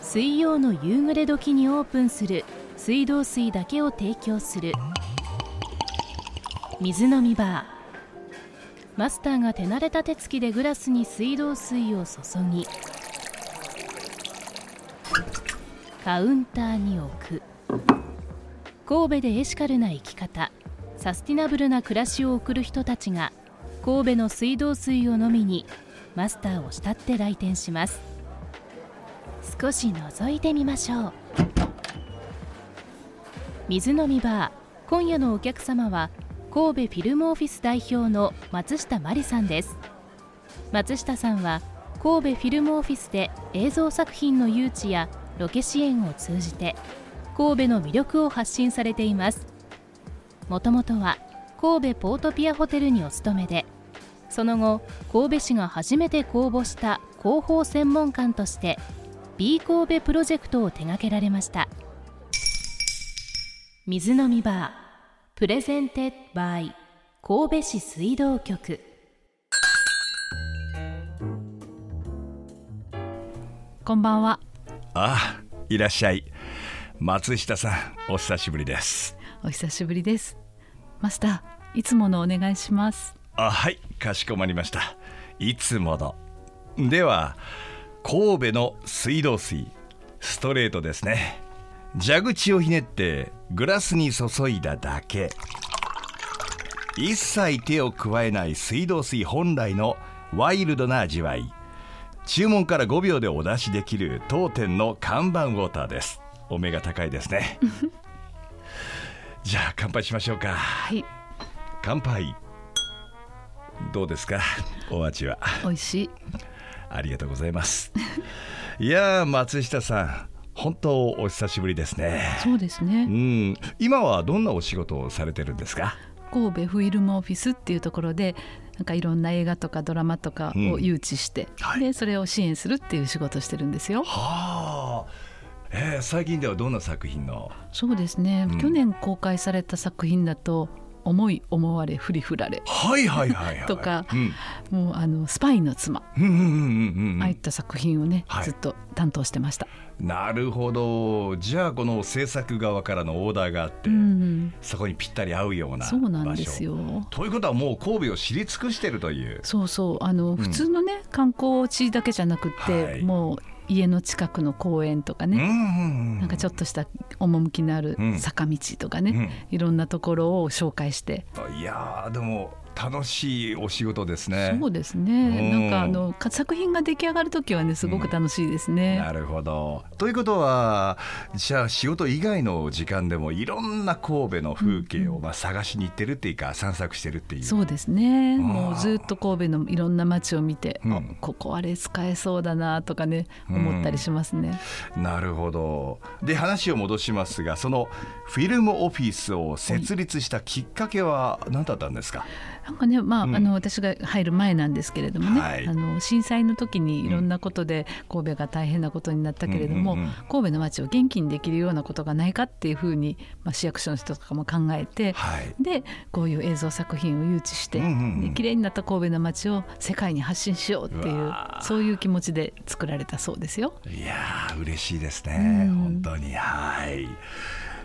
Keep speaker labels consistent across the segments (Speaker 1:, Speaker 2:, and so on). Speaker 1: 水曜の夕暮れ時にオープンする水道水だけを提供する水飲みバーマスターが手慣れた手つきでグラスに水道水を注ぎカウンターに置く神戸でエシカルな生き方サスティナブルな暮らしを送る人たちが神戸の水道水を飲みにマスターを慕って来店します少し覗いてみましょう水飲みバー今夜のお客様は神戸フィルムオフィス代表の松下真理さんです松下さんは神戸フィルムオフィスで映像作品の誘致やロケ支援を通じて神戸の魅力を発信されていますもともとは神戸ポートピアホテルにお勤めでその後神戸市が初めて公募した広報専門官として B 神戸プロジェクトを手掛けられました水飲みバープレゼンテッドバイ神戸市水道局
Speaker 2: こんばんは。
Speaker 3: ああいらっしゃい松下さんお久しぶりです
Speaker 2: お久しぶりです。マスター、いつものお願いします。
Speaker 3: あはいかしこまりましたいつものでは神戸の水道水ストレートですね蛇口をひねってグラスに注いだだけ一切手を加えない水道水本来のワイルドな味わい注文から5秒でお出しできる当店の看板ウォーターですお目が高いですねじゃあ乾杯しましょうか
Speaker 2: はい、
Speaker 3: 乾杯どうですか お味は
Speaker 2: 美味しい。
Speaker 3: ありがとうございます いやー松下さん本当お久しぶりですね
Speaker 2: そうです
Speaker 3: う
Speaker 2: ね。
Speaker 3: ん今はどんなお仕事をされてるんですか
Speaker 2: 神戸フィルムオフィスっていうところで、なんかいろんな映画とかドラマとかを誘致して、
Speaker 3: はい
Speaker 2: でそれを支援するっていう仕事をしてるんですよ。
Speaker 3: はあ、えー最近ではどんな作品の
Speaker 2: そうですね。
Speaker 3: うん
Speaker 2: 去年公開された作品だと、思い思われ振り振られ、
Speaker 3: はいはいはい はい
Speaker 2: とか
Speaker 3: うん
Speaker 2: もうあのスパイの妻、
Speaker 3: うんうんうんうん
Speaker 2: あ
Speaker 3: う
Speaker 2: あいっ
Speaker 3: ん
Speaker 2: た作品をね、
Speaker 3: はい
Speaker 2: ずっと担当してました。
Speaker 3: なるほどじゃあこの制作側からのオーダーがあって、
Speaker 2: うん、
Speaker 3: そこにぴったり合うような場
Speaker 2: そ
Speaker 3: 所
Speaker 2: うなんですよ。
Speaker 3: ということはもう神戸を知り尽くしてるという
Speaker 2: そうそうあの、普通のね観光地だけじゃなくって、
Speaker 3: はい
Speaker 2: もう家の近くの公園とかね、
Speaker 3: な
Speaker 2: なんかちょっとした趣のある
Speaker 3: うん
Speaker 2: 坂道とかね、いろんなところを紹介して、
Speaker 3: といやーでも楽しいお仕事ですね。
Speaker 2: そうですね、
Speaker 3: うん
Speaker 2: なんかあのか作品が出来上がる時はねすごく楽しいですね
Speaker 3: な、るほどということはじゃあ仕事以外の時間でもいろんな神戸の風景をまあ探しに行ってるっていうか散策してるっていう
Speaker 2: そうですね、
Speaker 3: ん
Speaker 2: もうずっと神戸のいろんな街を見て、
Speaker 3: うん
Speaker 2: あここあれ使えそうだなとかね思ったりしますね、
Speaker 3: なるほどで話を戻しますがそのフィルムオフィスを設立したきっかけは何だったんですか、
Speaker 2: なんかね、まあ、
Speaker 3: うん
Speaker 2: あの私が入る前なんですけれどもね、
Speaker 3: はい
Speaker 2: あの震災の時にいろんなことで神戸が大変なことになったけれども、
Speaker 3: うんうんうん
Speaker 2: 神戸の街を元気にできるようなことがないかっていうふうに、まあ、市役所の人とかも考えて、
Speaker 3: はい
Speaker 2: でこういう映像作品を誘致して、
Speaker 3: うんうんうん
Speaker 2: で綺麗になった神戸の街を世界に発信しようっていうう
Speaker 3: わー
Speaker 2: そういう気持ちで作られたそうですよ。
Speaker 3: いやー嬉しいですね、
Speaker 2: うん
Speaker 3: 本当にはい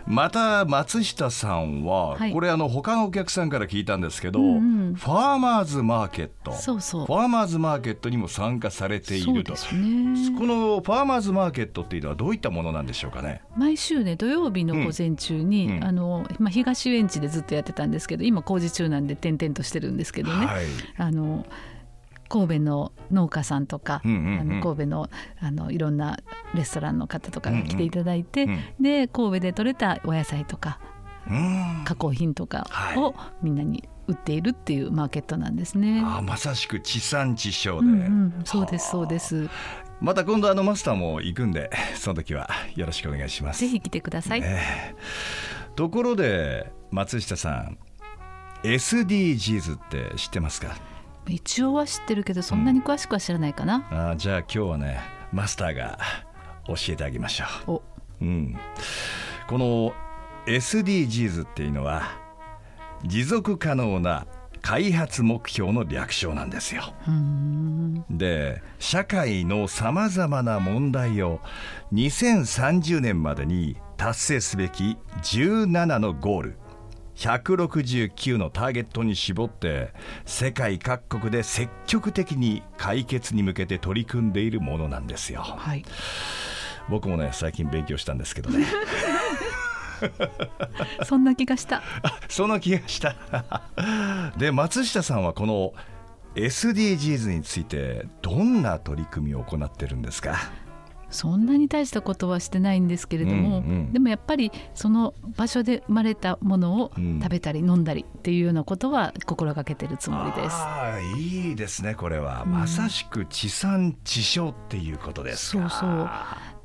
Speaker 3: また松下さんは、
Speaker 2: はい
Speaker 3: これあの他のお客さんから聞いたんですけど、
Speaker 2: うんうん
Speaker 3: ファーマーズマーケット
Speaker 2: そうそう
Speaker 3: ファーマーズマーケットにも参加されてい
Speaker 2: そう
Speaker 3: ると
Speaker 2: ですね
Speaker 3: このファーマーズマーケットっていうのはどういったものなんでしょうかね
Speaker 2: 毎週ね土曜日の午前中に、
Speaker 3: うんうん
Speaker 2: あのまあ、東遊園地でずっとやってたんですけど今工事中なんで転々としてるんですけどね、
Speaker 3: はい
Speaker 2: あの神戸の農家さんとか、
Speaker 3: うんうんうん
Speaker 2: あの神戸のあのいろんなレストランの方とかが来ていただいて、
Speaker 3: うん
Speaker 2: で神戸で採れたお野菜とか
Speaker 3: うーん
Speaker 2: 加工品とか
Speaker 3: はい
Speaker 2: をみんなに売っているっていうマーケットなんですね。
Speaker 3: あーまさしく地産地消
Speaker 2: うん
Speaker 3: で、
Speaker 2: うん、そうですそうです。
Speaker 3: また今度あのマスターも行くんで その時はよろしくお願いします
Speaker 2: ぜひ来てください。
Speaker 3: ところで松下さん SDGs って知ってますか
Speaker 2: 一応は知ってるけどそんなに詳しくは知らないかな。
Speaker 3: あーじゃあ今日はねマスターが教えてあげましょ
Speaker 2: お
Speaker 3: う、うん、この SDGs っていうのは持続可能な開発目標の略称なんですよ。で社会のさまざまな問題を2030年までに達成すべき17のゴール169のターゲットに絞って世界各国で積極的に解決に向けて取り組んでいるものなんですよ。
Speaker 2: はい。
Speaker 3: 僕もね最近勉強したんですけどね
Speaker 2: そんな気がした。
Speaker 3: その気がした で松下さんはこの SDGs についてどんな取り組みを行ってるんですか
Speaker 2: そんなに大したことはしてないんですけれども、
Speaker 3: うんうん
Speaker 2: でもやっぱりその場所で生まれたものを
Speaker 3: うん
Speaker 2: 食べたり飲んだりっていうようなことは心がけてるつもりです。
Speaker 3: ああいいですねこれは、まさしく地産地消っていうことですか
Speaker 2: そうそう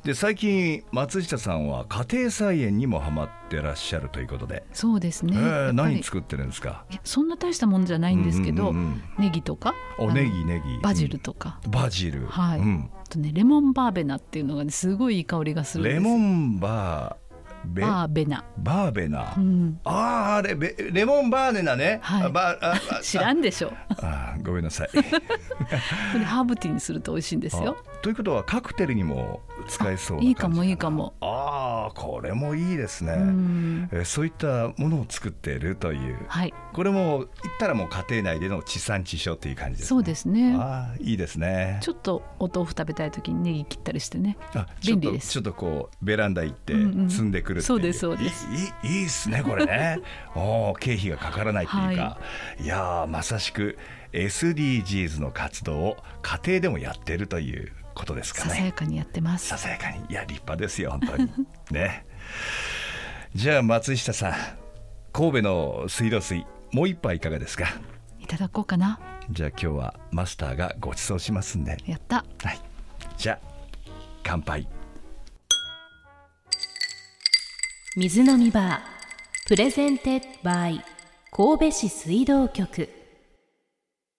Speaker 3: で最近松下さんは家庭菜園にもハマってらっしゃるということで、
Speaker 2: そうですね。
Speaker 3: えー
Speaker 2: やっぱり
Speaker 3: 何作ってるんですか
Speaker 2: いやそんな大したもんじゃないんですけど、
Speaker 3: うんうんうん
Speaker 2: ネギとか
Speaker 3: お
Speaker 2: あの
Speaker 3: ネギネギ
Speaker 2: バジルとか、
Speaker 3: うんバジル
Speaker 2: はい
Speaker 3: うん
Speaker 2: あとねレモンバーベナっていうのが、ね、すごいいい香りがするんです。
Speaker 3: レモンバーベ
Speaker 2: バーベナ。
Speaker 3: バーベナ、
Speaker 2: うん、
Speaker 3: あああれベレモンバーベナね、
Speaker 2: はい
Speaker 3: あ バーああ
Speaker 2: 知らんで しょ。こ
Speaker 3: あーごめんなさい
Speaker 2: れハーブティーにすると美味しいんですよ。
Speaker 3: あということはカクテルにも使えそうな感じ
Speaker 2: いいかもいいかも。
Speaker 3: ああこれもいいですね、
Speaker 2: うん
Speaker 3: えーそういったものを作っているという
Speaker 2: はい、
Speaker 3: これも言ったらもう家庭内での地産地消という感じです
Speaker 2: そうですね。
Speaker 3: ああいいですね
Speaker 2: ちょっとお豆腐食べたい時にネギ切ったりしてね。
Speaker 3: あちょっ
Speaker 2: 便
Speaker 3: と
Speaker 2: 利です
Speaker 3: ちょっとこうベランダ行って
Speaker 2: うんうん
Speaker 3: 積んでくるってい
Speaker 2: そうですそうです
Speaker 3: いいいいいですねこれ ねおー経費がかからないっていうか、、
Speaker 2: はい
Speaker 3: やーまさしく SDGs の活動を家庭でもやってるということですか
Speaker 2: ささ
Speaker 3: ね
Speaker 2: やかにやってます
Speaker 3: さ。さやかにいや立派ですよ本当にね じゃあ松下さん神戸の水道水もう一杯いかがですか
Speaker 2: いただこうかな。
Speaker 3: じゃあ今日はマスターがご馳走しますんで
Speaker 2: やった。
Speaker 3: はい、じゃあ乾杯
Speaker 1: 水飲みバープレゼンテッドバイ神戸市水道局